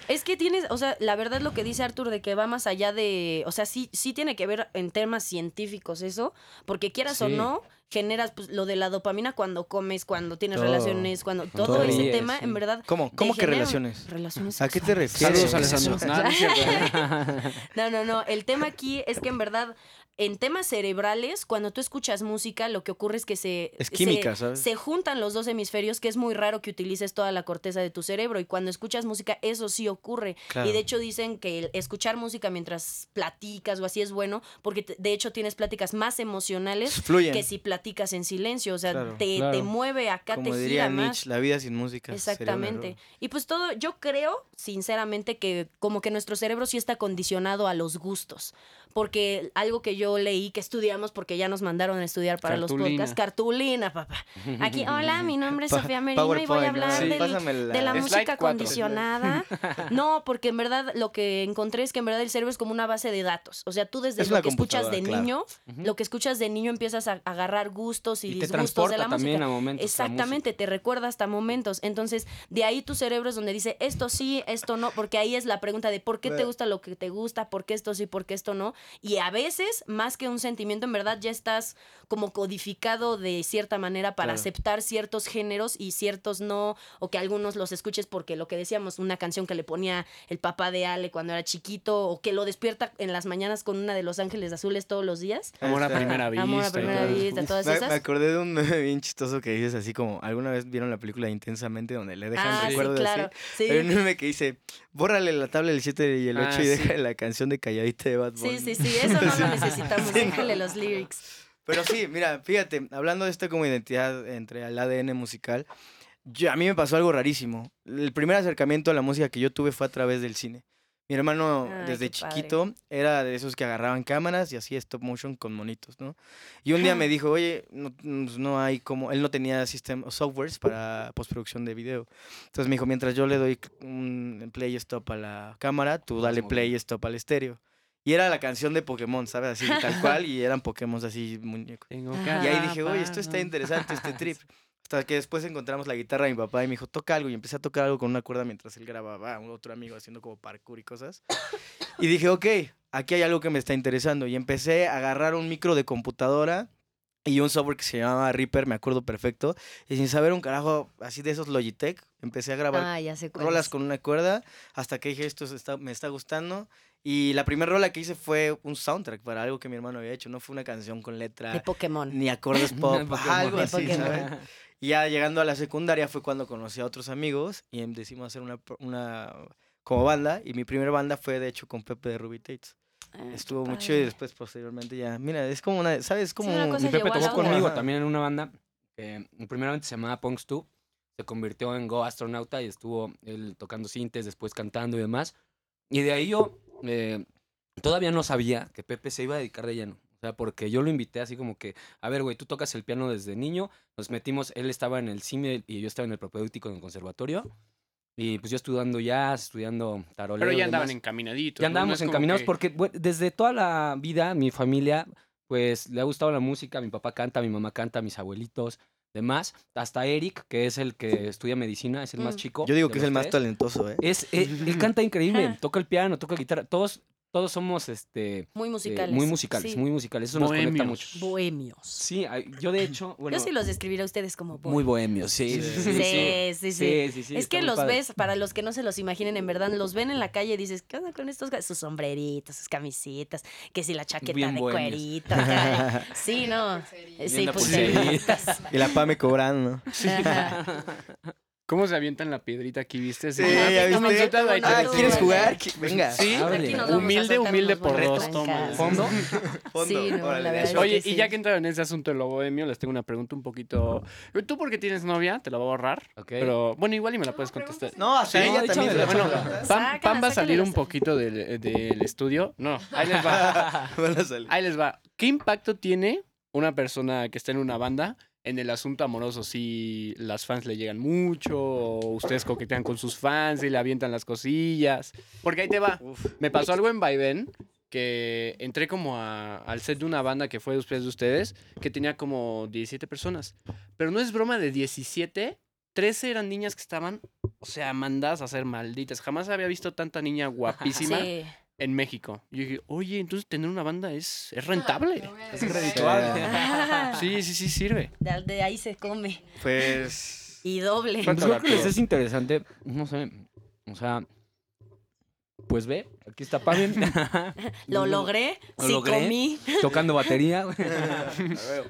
Es que tienes, o sea, la verdad lo que dice Arthur de que va más allá de, o sea, sí, sí tiene que ver en temas científicos eso, porque quieras o Sí. no, generas pues, lo de la dopamina cuando comes, cuando tienes Todo. relaciones, cuando todo, todo. ese Sí, tema, sí. en verdad. ¿Cómo? te ¿Cómo que genera- relaciones? Relaciones. ¿A qué te refieres? Saludos, Alessandro. No, no es cierto. No, no, no. El tema aquí es que en verdad, en temas cerebrales, cuando tú escuchas música, lo que ocurre es que se. Es se- química, ¿sabes? Se juntan los dos hemisferios, que es muy raro que utilices toda la corteza de tu cerebro. Y cuando escuchas música, eso sí ocurre. Claro. Y de hecho dicen que el escuchar música mientras platicas o así es bueno, porque te- de hecho tienes pláticas más emocionales Fluyen. que si platicas en silencio. O sea, Claro, te, claro. te mueve acá, Como te diría gira más. Nietzsche, la vida sin música. sería un error. Exactamente. Y pues todo, yo creo, sinceramente, que como que nuestro cerebro sí está condicionado a los gustos. Porque algo que yo leí que estudiamos, porque ya nos mandaron a estudiar para los Cartulina. podcasts, cartulina, papá. Aquí, hola, mi nombre es Pa- Sofía Merino y voy a PowerPoint, ¿no? hablar Sí, del- pásame de la Slide música cuatro. condicionada. No, porque en verdad lo que encontré es que en verdad el cerebro es como una base de datos. O sea, tú desde Es lo una que escuchas de computadora, claro. niño, lo que escuchas de niño empiezas a agarrar gustos y, y te disgustos de transporta la también música. a momentos. la música. Exactamente, te recuerda hasta momentos. Entonces, de ahí tu cerebro es donde dice esto sí, esto no, porque ahí es la pregunta de por qué te Claro. gusta lo que te gusta, por qué esto sí, por qué esto no. Y a veces, más que un sentimiento, en verdad ya estás como codificado de cierta manera para Claro. aceptar ciertos géneros y ciertos no, o que algunos los escuches porque lo que decíamos, una canción que le ponía el papá de Ale cuando era chiquito, o que lo despierta en las mañanas con una de Los Ángeles Azules todos los días. Amor a Ahí está. primera vista. Amor a y primera todo. vista, todas Me, esas. me acordé de un meme bien chistoso que dices así como, ¿alguna vez vieron la película Intensamente donde le dejan Ah, sí, recuerdos claro. así? Sí. Hay un meme que dice, bórrale la tabla del 7 y el 8 Ah, y sí. deja la canción de Calladita de Bad Bunny. Sí, sí, sí, eso no lo necesitamos. Déjale los lyrics. Pero sí, mira, fíjate, hablando de esto como identidad entre el ADN musical, yo- a mí me pasó algo rarísimo. El primer acercamiento a la música que yo tuve fue a través del cine. Mi hermano Ay, desde Ah, qué padre. chiquito era de esos que agarraban cámaras y hacía stop motion con monitos, ¿no? Y un día me dijo, oye, no, no no hay como, él no tenía sistem- o softwares para postproducción de video. Entonces me dijo, mientras yo le doy un play y stop a la cámara, tú dale moviendo. play y stop al estéreo. Y era la canción de Pokémon, ¿sabes? Así tal cual, y eran Pokémon así muñecos. Tengo Ajá. cara Y ahí dije, oye, esto está para- interesante, este trip. Hasta que después encontramos la guitarra de mi papá y me dijo, toca algo. Y empecé a tocar algo con una cuerda mientras él grababa a un otro amigo haciendo como parkour y cosas. Y dije, ok, aquí hay algo que me está interesando. Y empecé a agarrar un micro de computadora y un software que se llamaba Reaper, me acuerdo perfecto. Y sin saber un carajo así de esos Logitech, empecé a grabar Ah, ya sé cuál rolas es. con una cuerda hasta que dije esto se está- me está gustando y la primera rola que hice fue un soundtrack para algo que mi hermano había hecho no fue una canción con De letra Pokémon. ni acordes pop Pokémon. algo De así Pokémon. ¿sabes? y ya llegando a la secundaria fue cuando conocí a otros amigos y em- decidimos hacer una, pro- una como banda. Y mi primera banda fue, de hecho, con Pepe de Ruby Tates. Ah, Estuvo eh, qué muy chido y padre. después, posteriormente, ya. Mira, es como una. ¿Sabes? Como. una cosa Mi Pepe llegó a la tocó otra. conmigo Ajá. también en una banda que primeramente se llamaba Punks 2. Se convirtió en Go Astronauta y estuvo él tocando cintes, después cantando y demás. Y de ahí yo eh, todavía no sabía que Pepe se iba a dedicar de lleno. O sea, porque yo lo invité así como que, a ver, güey, tú tocas el piano desde niño. Nos metimos, él estaba en el CIME y yo estaba en el propedéutico en el conservatorio. Y pues yo estudiando jazz, estudiando taroleo. Pero y ya andaban demás. encaminaditos. Ya ¿no? No andábamos es como encaminados que- porque bueno, desde toda la vida mi familia pues le ha gustado la música, mi papá canta, mi mamá canta, mis abuelitos, demás, hasta Eric, que es el que estudia medicina, es el más Mm. chico. Yo digo de que es los el más tres. talentoso, ¿eh? Es, él, él canta Ah. increíble, toca el piano, toca guitarra, todos todos somos este eh, Muy musicales. muy musicales, Sí. muy musicales, eso nos conecta Bohemios. mucho. bohemios. Sí, a- yo de hecho, bueno, Yo sí los describiré a ustedes como muy bohemios, sí. Sí, sí, sí. sí, sí, es está que muy los padre. ves, para los que no se los imaginen, en verdad, los ven en la calle y dices, ¿qué onda con estos? ga-?" Sus sombreritos, sus camisitas, que si la chaqueta Bien de bohemios. cuerito. acá. Sí, no. Pulserita. Sí, la pulseritas. Y la PA me cobrando. Ajá. ¿Cómo se avientan la piedrita aquí, viste? Sí, Así, ya ah, viste. camiseta, Como ahí te Ah, Ah, la ¿quieres pongo. jugar? Qui- Venga. Ah, Sí, Ábrele. Aquí nos vamos a humilde, soltar humilde unos por buenos dos, toma. trancazos. Fondo. Fondo. Sí, no, la Órale, de verdad eso. Creo Oye, que y sí. ya que entraron en ese asunto de lo bohemio, les tengo una pregunta un poquito. Tú, porque tienes novia, te la voy a ahorrar. Ok. Pero bueno, igual y me la No, puedes contestar. pregúntale. No, hasta Sí, ella también. se la échamela. puedo Pam, dar. Sácala, Pam va a salir sácala, un poquito del, del estudio. No, ahí les va. Van a salir. Ahí les va. ¿Qué impacto tiene una persona que está en una banda en el asunto amoroso? Si las fans le llegan mucho, o ustedes coquetean con sus fans y le avientan las cosillas. Porque ahí te va. Uf. Me pasó algo en Vaivén que entré como a- al set de una banda que fue después de ustedes, que tenía como 17 personas. Pero no es broma de 17, 13 eran niñas que estaban, o sea, mandadas a ser malditas. Jamás había visto tanta niña guapísima Sí. en México. Y yo dije, oye, entonces tener una banda es, es rentable. No voy a decir nada. redituable. Ah, Sí, sí, sí, sirve. de, de ahí se come. Pues. Y doble. Pues creo que Rápido. les es interesante, no sé, o sea, pues ve, aquí está Pavel Lo logré, Lo sí logré. comí. tocando batería.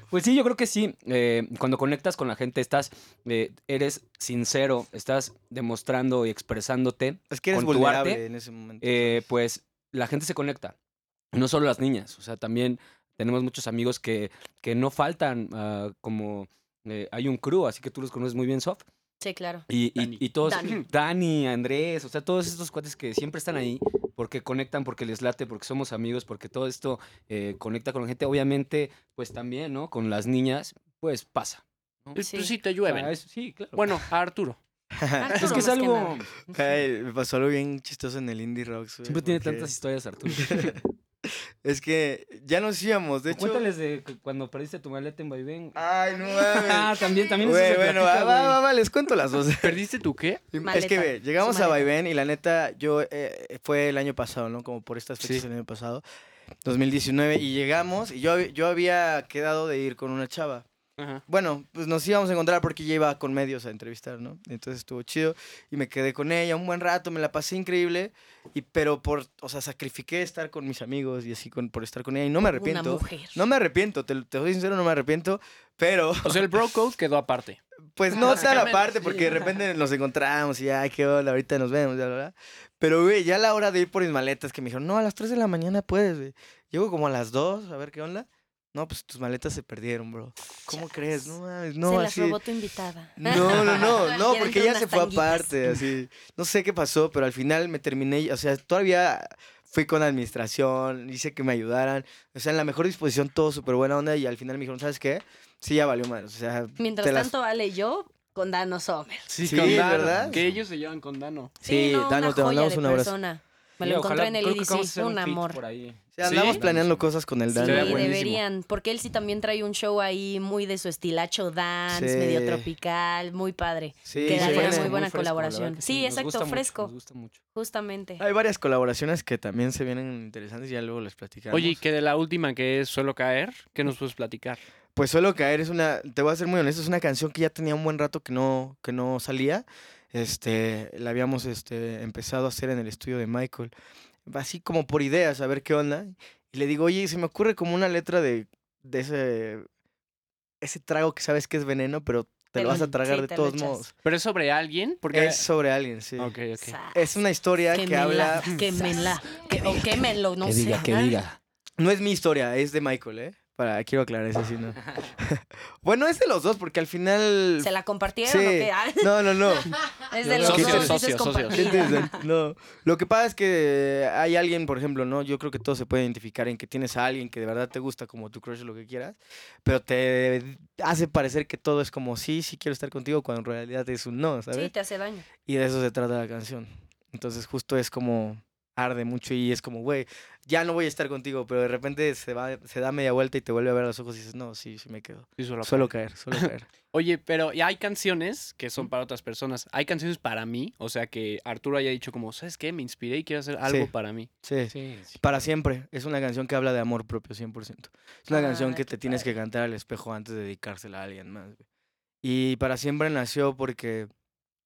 Pues sí, yo creo que sí. eh, cuando conectas con la gente, estás, eh, eres sincero, estás demostrando y expresándote, Es que eres Con tu vulnerable arte, en ese momento. eh, pues la gente se conecta. No solo las niñas, o sea, también tenemos muchos amigos que, que no faltan, ah, como eh, hay un crew, así que tú los conoces muy bien, Sof. Sí, claro. Y, y- Dani. y todos, Dani. Dani. Andrés, o sea, todos estos cuates que siempre están ahí porque conectan, porque les late, porque somos amigos, porque todo esto eh, conecta con la gente. Obviamente, pues también, ¿no? Con las niñas, pues pasa. Pues Sí. pues sí, te Para Ah, llueven. eso- sí, claro. Bueno, a Arturo. es Arturo, que es Ah, más nada. algo... Ay, me pasó algo bien chistoso en el Indie Rocks. güey, Siempre tiene porque tantas historias, Arturo. Es que ya nos íbamos, de hecho. Cuéntales de cu- cuando perdiste tu maleta en Vaivén. Ay, no Ah, mames. también, también eso Güey, se bueno, platica, va, va, güey. va, va, les cuento las dos. ¿Perdiste tu qué? es que Maleta, ve, su llegamos maleta. a Vaivén y la neta, yo eh, fue el año pasado, ¿no? Como por estas fechas Sí. del año pasado, 2019, y llegamos y yo, hab- yo había quedado de ir con una chava. Ajá. Bueno, pues nos íbamos a encontrar porque ella iba con medios a entrevistar, ¿no? Entonces estuvo chido y me quedé con ella un buen rato, me la pasé increíble, y, pero por, o sea, sacrifiqué estar con mis amigos y así con, por estar con ella y no me Una arrepiento. mujer. No me arrepiento, te, te soy sincero, no me arrepiento, pero O sea, el bro code quedó aparte. pues no tan Básicamente, aparte, sí. porque de repente nos encontramos y, ay, qué hola, ahorita nos vemos, bla, bla, bla. Pero, güey, ya a la hora de ir por mis maletas, que me dijeron, no, a las 3 de la mañana puedes, güey. Llego como a las 2, a ver qué onda. No, pues tus maletas se perdieron, bro. ¿Cómo crees? No mames, no, se las así. robó tu invitada. No, no, no, no, Y porque adentro ella unas se fue tanguitas. aparte, así. No sé qué pasó, pero al final me terminé, o sea, todavía fui con administración, hice que me ayudaran, o sea, en la mejor disposición, todo súper buena onda, y al final me dijeron, ¿sabes qué? Sí, ya valió madre, o sea, Mientras te las- tanto, Ale y yo con Dano Sommer. Sí, ¿verdad? Que ellos se llevan con Dano. Sí, no, Dano, una te mandamos joya un de abrazo. persona. Me Sí, lo encontré ojalá- en el creo que acabamos de IDC, hacer un feat amor. por ahí. Sí, andamos Sí. planeando cosas con el Sí, Dan. Estaría güey. buenísimo. deberían, porque él sí también trae un show ahí muy de su estilacho dance, Sí. medio tropical, muy padre. Sí, Que sí. daría fresco, muy buena fresco, la colaboración. verdad que Sí, Nos exacto, gusta mucho, fresco. nos gusta mucho. Justamente. Hay varias colaboraciones que también se vienen interesantes, ya luego les platicamos. Oye, y que de la última que es Suelo Caer, ¿qué nos puedes platicar? Pues Suelo Caer es una, te voy a ser muy honesto, es una canción que ya tenía un buen rato que no, que no salía. Este, la habíamos este, empezado a hacer en el estudio de Michael. Así como por ideas, a ver qué onda. Y le digo, oye, se me ocurre como una letra de, de ese, ese trago que sabes que es veneno, pero Te lo vas a tragar sí, de te lo todos echas. modos. Pero es sobre alguien, porque... Es sobre alguien, sí. Eh, Ok, ok. Sas. Es una historia que Quémela, habla... quémenla, que- o quémenlo, no que sé. diga, que ajá. diga. No es mi historia, es de Michael, ¿eh? Para, quiero aclarar eso, sí, no. bueno, es de los dos, porque al final... ¿Se la compartieron Sí. o qué? Ah, No, no, no. es de Yo los creo que- dos, Socios, dices socios, socios. compartida. Entienden, No. Lo que pasa es que hay alguien, por ejemplo, ¿no? Yo creo que todos se pueden identificar en que tienes a alguien que de verdad te gusta, como tu crush o lo que quieras, pero te hace parecer que todo es como sí, sí quiero estar contigo, cuando en realidad es un no, ¿sabes? Sí, te hace daño. Y de eso se trata la canción. Entonces justo es como arde mucho y es como, güey, ya no voy a estar contigo, pero de repente se, va, se da media vuelta y te vuelve a ver a los ojos y dices, no, sí, sí me quedo. Sí, solo- Suelo caer, suelo caer. Oye, pero y hay canciones que son para otras personas. Hay canciones para mí, o sea, que Arturo haya dicho como, ¿sabes qué? Me inspiré y quiero hacer algo Sí. para mí. Sí. Sí, sí. Para siempre. Es una canción que habla de amor propio, 100%. Es una Ah, canción que qué te tienes que cantar al espejo antes de dedicársela a alguien más. güey. Y para siempre nació porque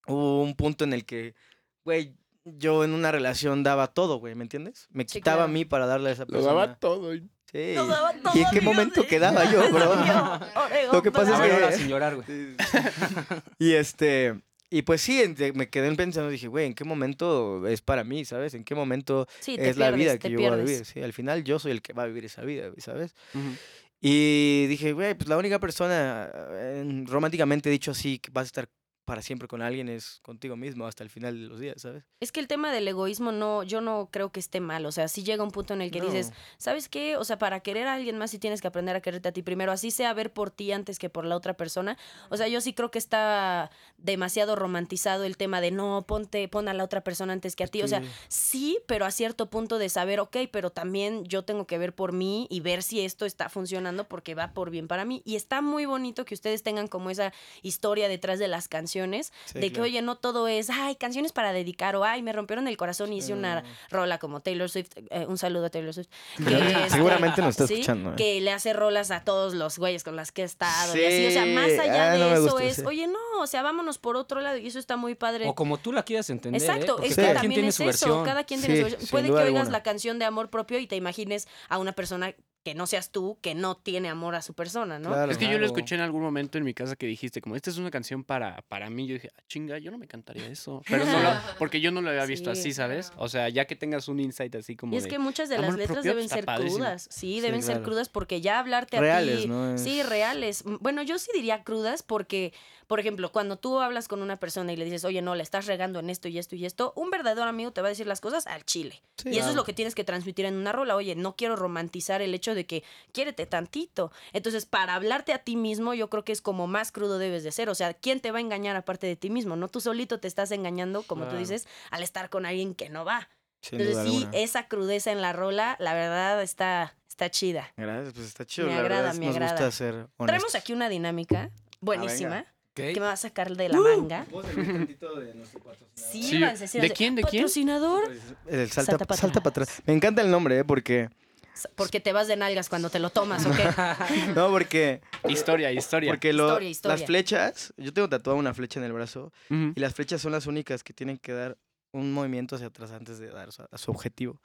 hubo un punto en el que, güey, yo en una relación daba todo, güey, ¿me entiendes? Me Sí, quitaba a claro. mí para darle a esa persona. todo. Sí. Lo daba todo, Eh, ¿Y en qué Dios, momento eh. quedaba yo, bro? Yo, Lo que pasa A es ver, que- ahora sin llorar, güey. Y este, y pues sí, ente- me quedé pensando, dije, güey, ¿en qué momento es para mí, sabes? ¿En qué momento Sí, te es la vida pierdes, que te yo voy a pierdes. vivir? Sí, al final yo soy el que va a vivir esa vida, güey, ¿sabes? Y dije, güey, pues la única persona eh, románticamente dicho así que vas a estar para siempre con alguien es contigo mismo hasta el final de los días, ¿sabes? Es que el tema del egoísmo no, yo no creo que esté mal. O sea, sí llega un punto en el que dices, ¿sabes qué? O sea, para querer a alguien más sí tienes que aprender a quererte a ti primero. Así sea ver por ti antes que por la otra persona. O sea, yo sí creo que está demasiado romantizado el tema de no, ponte, pon a la otra persona antes que a ti. O sea, sí, pero a cierto punto de saber, ok, pero también yo tengo que ver por mí y ver si esto está funcionando porque va por bien para mí. Y está muy bonito que ustedes tengan como esa historia detrás de las canciones, Sí, de que, claro. oye, no todo es, ay, canciones para dedicar o, ay, me rompieron el corazón y hice Mm. una rola como Taylor Swift. Eh, un saludo a Taylor Swift. que, este, Seguramente nos está sí, escuchando, ¿eh? Que le hace rolas a todos los güeyes con las que he estado. Sí, Y así, o sea, más allá ah, de no me eso gusta, es, sí. oye, no, o sea, vámonos por otro lado y eso está muy padre. O como tú la quieras entender. ¿eh? Exacto, Porque es que cada quien también tiene es su eso, versión. cada quien tiene Sí, su versión. sin Puede que duda oigas alguna. la canción de amor propio y te imagines a una persona que no seas tú, que no tiene amor a su persona, ¿no? Claro. Es que yo lo Claro. escuché en algún momento en mi casa que dijiste, como, esta es una canción para, para mí. Yo dije, "Ah, chinga, yo no me cantaría eso. Pero no lo- porque yo no lo había visto Sí. así, ¿sabes? O sea, ya que tengas un insight así como Y es de- que muchas de las amor letras propio, deben está ser padrísimo. crudas, sí, deben ser claro. crudas porque ya hablarte a Reales, ti, ¿no? sí, Es- reales. M- Bueno, yo sí diría crudas porque, por ejemplo, cuando tú hablas con una persona y le dices, oye, no, la estás regando en esto y esto y esto, un verdadero amigo te va a decir las cosas al chile. Sí, y eso es claro. lo que tienes que transmitir en una rola. Oye, no quiero romantizar el hecho de que quiérete tantito. Entonces, para hablarte a ti mismo, yo creo que es como más crudo debes de ser. O sea, ¿quién te va a engañar aparte de ti mismo? No tú solito te estás engañando, como tú Claro. dices, al estar con alguien que no va. Sin Entonces duda sí, eh, alguna. esa crudeza en la rola, la verdad está, está chida. Gracias, pues está chido, Me la agrada, verdad, me nos agrada. gusta ser honestos. Traemos aquí una Ah, dinámica buenísima que me va a sacar de la ¡Uh! manga. Sí, Sí, sírvanse, ¿de sírvanse. quién, de quién? Patrocinador, El salta, Salta salta pa' para atrás. Me encanta el nombre, ¿eh? Porque... porque te vas de nalgas cuando te lo tomas, ¿ok? No, porque... Historia, historia. Porque lo- Historia, historia. las flechas... Yo tengo tatuada una flecha en el brazo Ujú. y las flechas son las únicas que tienen que dar un movimiento hacia atrás antes de dar su- a su objetivo.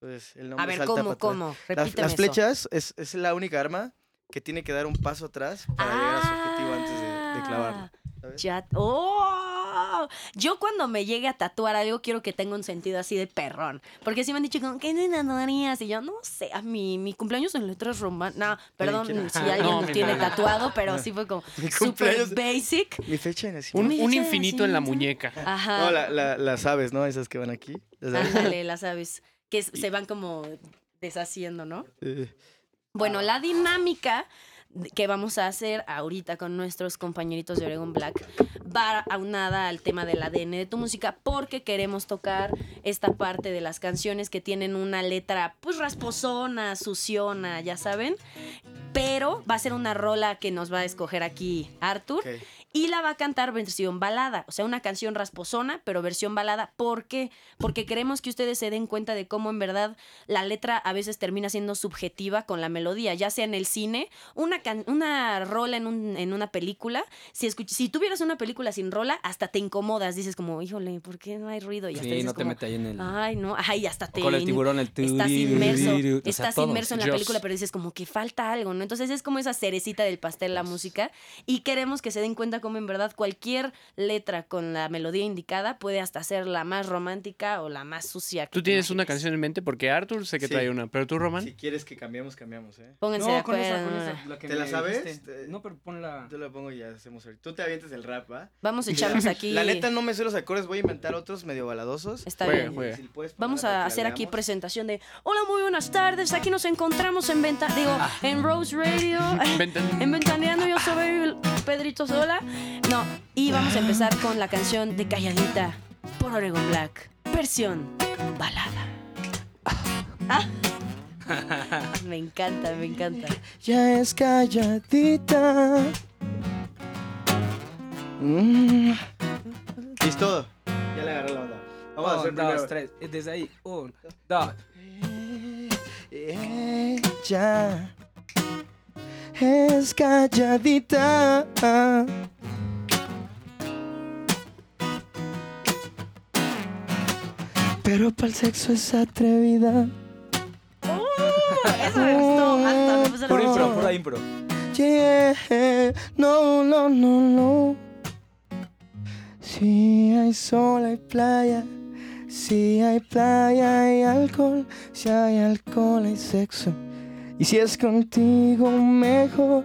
Entonces, el nombre A ver, salta pa' ¿cómo, atrás. cómo? Las- Repíteme Las, eso. flechas es, es la única arma que tiene que dar un paso atrás para llegar a su objetivo antes de, de clavarlo. Ah, ¿sabes? Ya. ¡Oh! Yo cuando me llegue a tatuar algo quiero que tenga un sentido así de perrón. Porque si me han dicho, como, ¿qué tatuarías? Y yo, no sé, a mí, mi cumpleaños en letras romanas. No, perdón quiero- si Ah, alguien no, lo mi tiene madre. tatuado, pero sí fue como Mi super cumpleaños- basic. Mi fecha de nacimiento. Un, Uy, un esa infinito en la sí, esa- muñeca. Ajá. No, la- la- las aves, ¿no? Esas que van aquí. Ah. las aves. Ándale, las aves. Que s- se van como deshaciendo, ¿no? Eh, Bueno, la dinámica de- que vamos a hacer ahorita con nuestros compañeritos de Oregon Black va aunada al tema del ADN de tu música porque queremos tocar esta parte de las canciones que tienen una letra pues rasposona, suciona, ya saben. Pero va a ser una rola que nos va a escoger aquí Arthur. ok. Y la va a cantar versión balada, o sea, una canción rasposona, pero versión balada. ¿Por qué? Porque queremos que ustedes se den cuenta de cómo en verdad la letra a veces termina siendo subjetiva con la melodía, ya sea en el cine, una, can- una rola en, un- en una película. Si, escuch- si tuvieras una película sin rola, hasta te incomodas, dices como, híjole, ¿por qué no hay ruido? Y hasta Sí, dices no te como, metas ahí en el... Ay, no, ay, hasta te... o con el tiburón, el Estás turiru, inmerso, turiru, o sea, estás todo. inmerso en la Dios. película, pero dices como que falta algo, ¿no? Entonces es como esa cerecita del pastel la música y queremos que se den cuenta cómo en verdad cualquier letra con la melodía indicada puede hasta ser la más romántica o la más sucia. que ¿Tú te tienes una imagines. canción en mente? Porque Arthur sé que Sí. trae una, pero tú, Román. Si quieres que cambiamos, cambiamos, ¿eh? Pónganse de acuerdo. la que ¿Te la sabes? Te- No, pero ponla. Yo la pongo y ya hacemos ahorita. Tú te avientes el rap, ¿va? Vamos a echarnos aquí. La neta no me sé los acordes, voy a inventar otros medio baladosos. Está Juega, bien. juega. Si le puedes poner Vamos para que a la hacer aquí veamos. presentación de Hola, muy buenas tardes. Aquí nos encontramos en Venta, digo, Ah. en Rose Radio. Venten- En Ventaneando yo soy Pedrito Sola. No, y vamos a empezar con la canción de Calladita por Oregon Black, versión balada. Ah. Me encanta, me encanta. Ya es calladita. Mm. Listo. Ya le agarré la onda. Vamos a hacer primero. tres. eh, Desde ahí. Un, dos. Ella es calladita. Pero para el sexo es atrevida. Eso me gustó, harta, me puse la Puro ropa. impro, puro impro. Yeah, no, no, no, no. Si hay sol, hay playa. Si hay playa, hay alcohol. Si hay alcohol, hay sexo. Y si es contigo, mejor.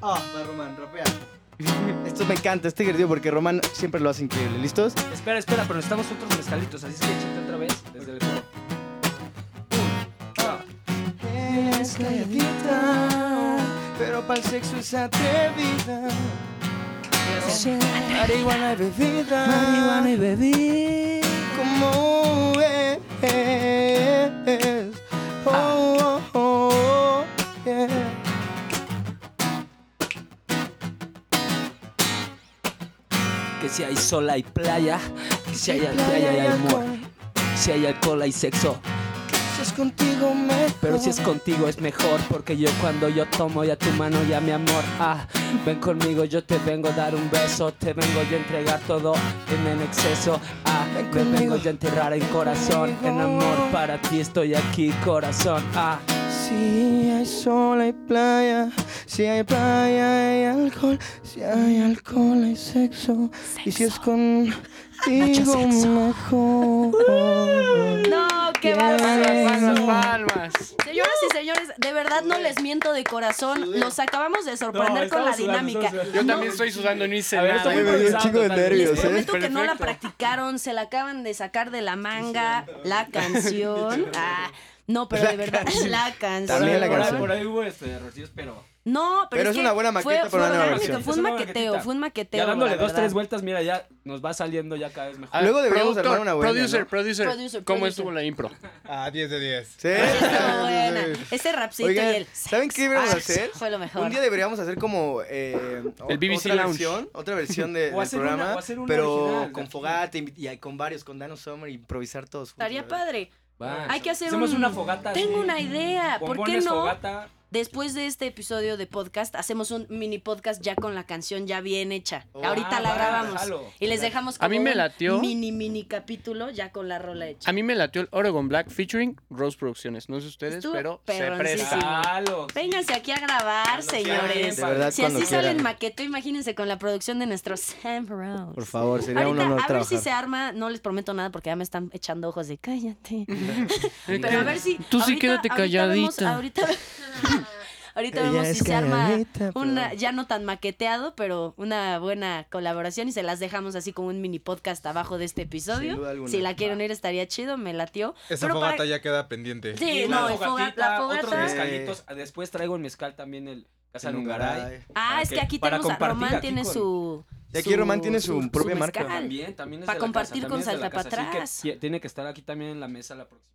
Ah, va Román, rapea. Esto me encanta, este ejercicio, porque Román siempre lo hace increíble. ¿Listos? Espera, espera, pero necesitamos otros mezcalitos. Así es que échate otra vez desde el coro. Es calladita, pero para el sexo es atrevida. Marihuana y bebida. Marihuana y bebida. Como es. Oh, oh, oh, yeah. Que si hay sol hay playa. Que si hay playa Playa y hay amor. alcohol, Si hay alcohol hay sexo. Si es contigo me. Pero si es contigo es mejor. Porque yo cuando yo tomo ya tu mano ya mi amor. Ah, ven conmigo yo te vengo a dar un beso. Te vengo yo a entregar todo en el exceso. Ah, Ven me vengo conmigo. yo a enterrar en corazón. En amor para ti estoy aquí corazón. Ah. Si hay sol hay playa. Si hay playa hay alcohol. Si hay alcohol hay sexo. Y si es contigo mejor. No, qué Yeah. bárbaro. Palmas, No. palmas. Señoras y señores, de verdad no les miento de corazón. Los acabamos de sorprender con la dinámica. Yo No, también estoy sudando y no hice A ver, nada. esto fue güey. improvisado totalmente. Les nervios, ¿eh? prometo este que no la Perfecto. practicaron, se la acaban de sacar de la manga la canción. Ah, no, pero de verdad, la canción. También la Por ahí- canción. Por ahí hubo este, errorcillos, pero. No, pero, Pero es que una buena fue- maqueta para fue, una nueva orgánico, versión. Fue un Es una maqueteo, maquetita. fue un maqueteo. Ya dándole la dos, verdad. tres vueltas, mira, ya nos va saliendo ya cada vez A mejor. ver, Luego deberíamos productor, armar una buena, Producer, ¿no? producer, Producer, ¿cómo producer. estuvo la impro? Ah, 10 de 10. Sí, ¿Sí? estuvo buena. Ese rapcito y Oigan, el ¿saben qué deberíamos Ah, hacer? Fue lo mejor. Un día deberíamos hacer como eh, o- El BBC otra Lounge. versión, otra versión de- O del hacer una- programa, o hacer una pero original. con Fogata y, y con varios, con Dano Summer, improvisar todos. juntos, Estaría ¿verdad? padre. Va. Hay que hacer Hacemos un- una fogata. Tengo así, una idea. ¿Por qué bombones, no? fogata. Después de este episodio de podcast, hacemos un mini podcast ya con la canción ya bien hecha. Oh, Ahorita Ah, la va, grabamos. jalo. Y les dejamos como A mí me un latió. mini, mini capítulo ya con la rola hecha. A mí me latió el Oregon Black featuring Rose Producciones. No sé ustedes, Estuvo pero se perroncísimo. presta. Jalo. Vénganse aquí a grabar, señores. De verdad, Si cuando así sale en quieran. maqueto, imagínense con la producción de nuestro Sam Rose. Por favor, sería Ahorita, un honor a ver trabajar. si se arma, no les prometo nada porque ya me están echando ojos de cállate. Pero a ver si. Tú sí ahorita- quédate ahorita vemos- calladita. Ahorita, ahorita Ella vemos si es se arma calladita, pero- una, ya no tan maqueteado, pero una buena colaboración y se las dejamos así como un mini podcast abajo de este episodio. duda alguna. si la quieren ir estaría chido, me latió. Esa Pero para- fogata ya queda pendiente. Sí, Una no, el foga- fogatita, la fogata. Otros Eh. mezcalitos. Ah, Después traigo el mezcal también, el Casa Lungaray. Lungaray. Ah, Para es que que- aquí para tenemos a compartir Román aquí tiene con- su. Y aquí Román tiene su propia marca. mezcal. También, también es Para de la casa, compartir también con es de la salta casa, para así que atrás. tie- tiene que estar aquí también en la mesa la próxima.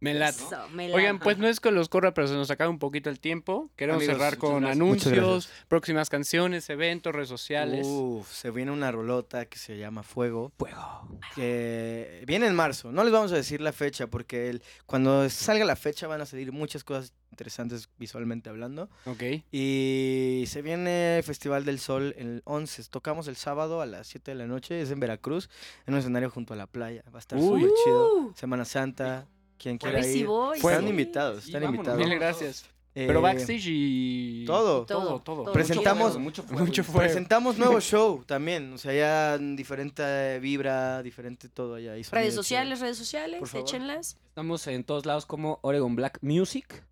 Me late. Eso, me Oigan, late. pues no es con los corra, pero se nos acaba un poquito el tiempo. Queremos Amigos, cerrar con muchas gracias. anuncios, próximas canciones, eventos, redes sociales. Uf, se viene una rolota que se llama Fuego. Fuego. Que viene en marzo. No les vamos a decir la fecha porque el- cuando salga la fecha van a salir muchas cosas interesantes visualmente hablando. Ok. Y se viene Festival del Sol el 11. Tocamos el sábado a las 7 de la noche. Es en Veracruz, en un escenario junto a la playa. Va a estar Uy. súper chido. Uh. Semana Santa. Quien A quiera ver si ir. voy. Están Pues sí. invitados, Sí, están vámonos. invitados. Mil gracias. Pero Eh, backstage y. todo. Todo, todo. Todo. Presentamos- Mucho fuego. Mucho fuego. Presentamos nuevo show también. O sea, ya en diferente eh, vibra, diferente todo allá. y sonido Redes chido. sociales, redes Por sociales, favor. échenlas. Estamos en todos lados como Oregon Black Music.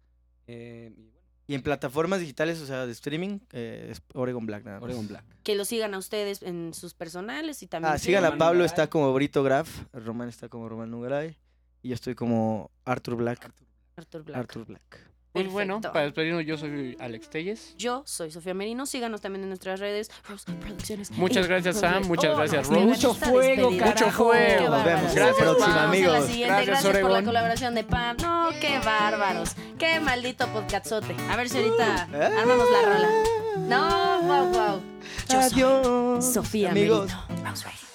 eh, y bueno, Y en plataformas digitales, o sea, de streaming, eh, es Oregon Black nada más. Oregon Black. Que lo sigan a ustedes en sus personales y también. Ah, sigan a sigan- Pablo, Nugaray. está como Brito Graf. Román está como Román Nugaray. Y yo estoy como Arthur Black. Arthur Black. Arthur Black. Pues bueno, Perfecto. para despedirnos, yo soy Alex Telles. Yo soy Sofía Merino, síganos también en nuestras redes. Rose Producciones. Oh, Muchas gracias, Sam, muchas gracias, Rose. Rose. Mucho fuego, carajo. Nos vemos. Gracias, Gracias, próxima, amigos. amigos. Gracias, Gracias, por la Oregón. colaboración de Pam. No, qué bárbaros. Qué maldito podcastzote. A ver si ahorita armamos la rola. No, wow, wow. Yo soy Adiós. Sofía amigos. Merino. Rose Reyes.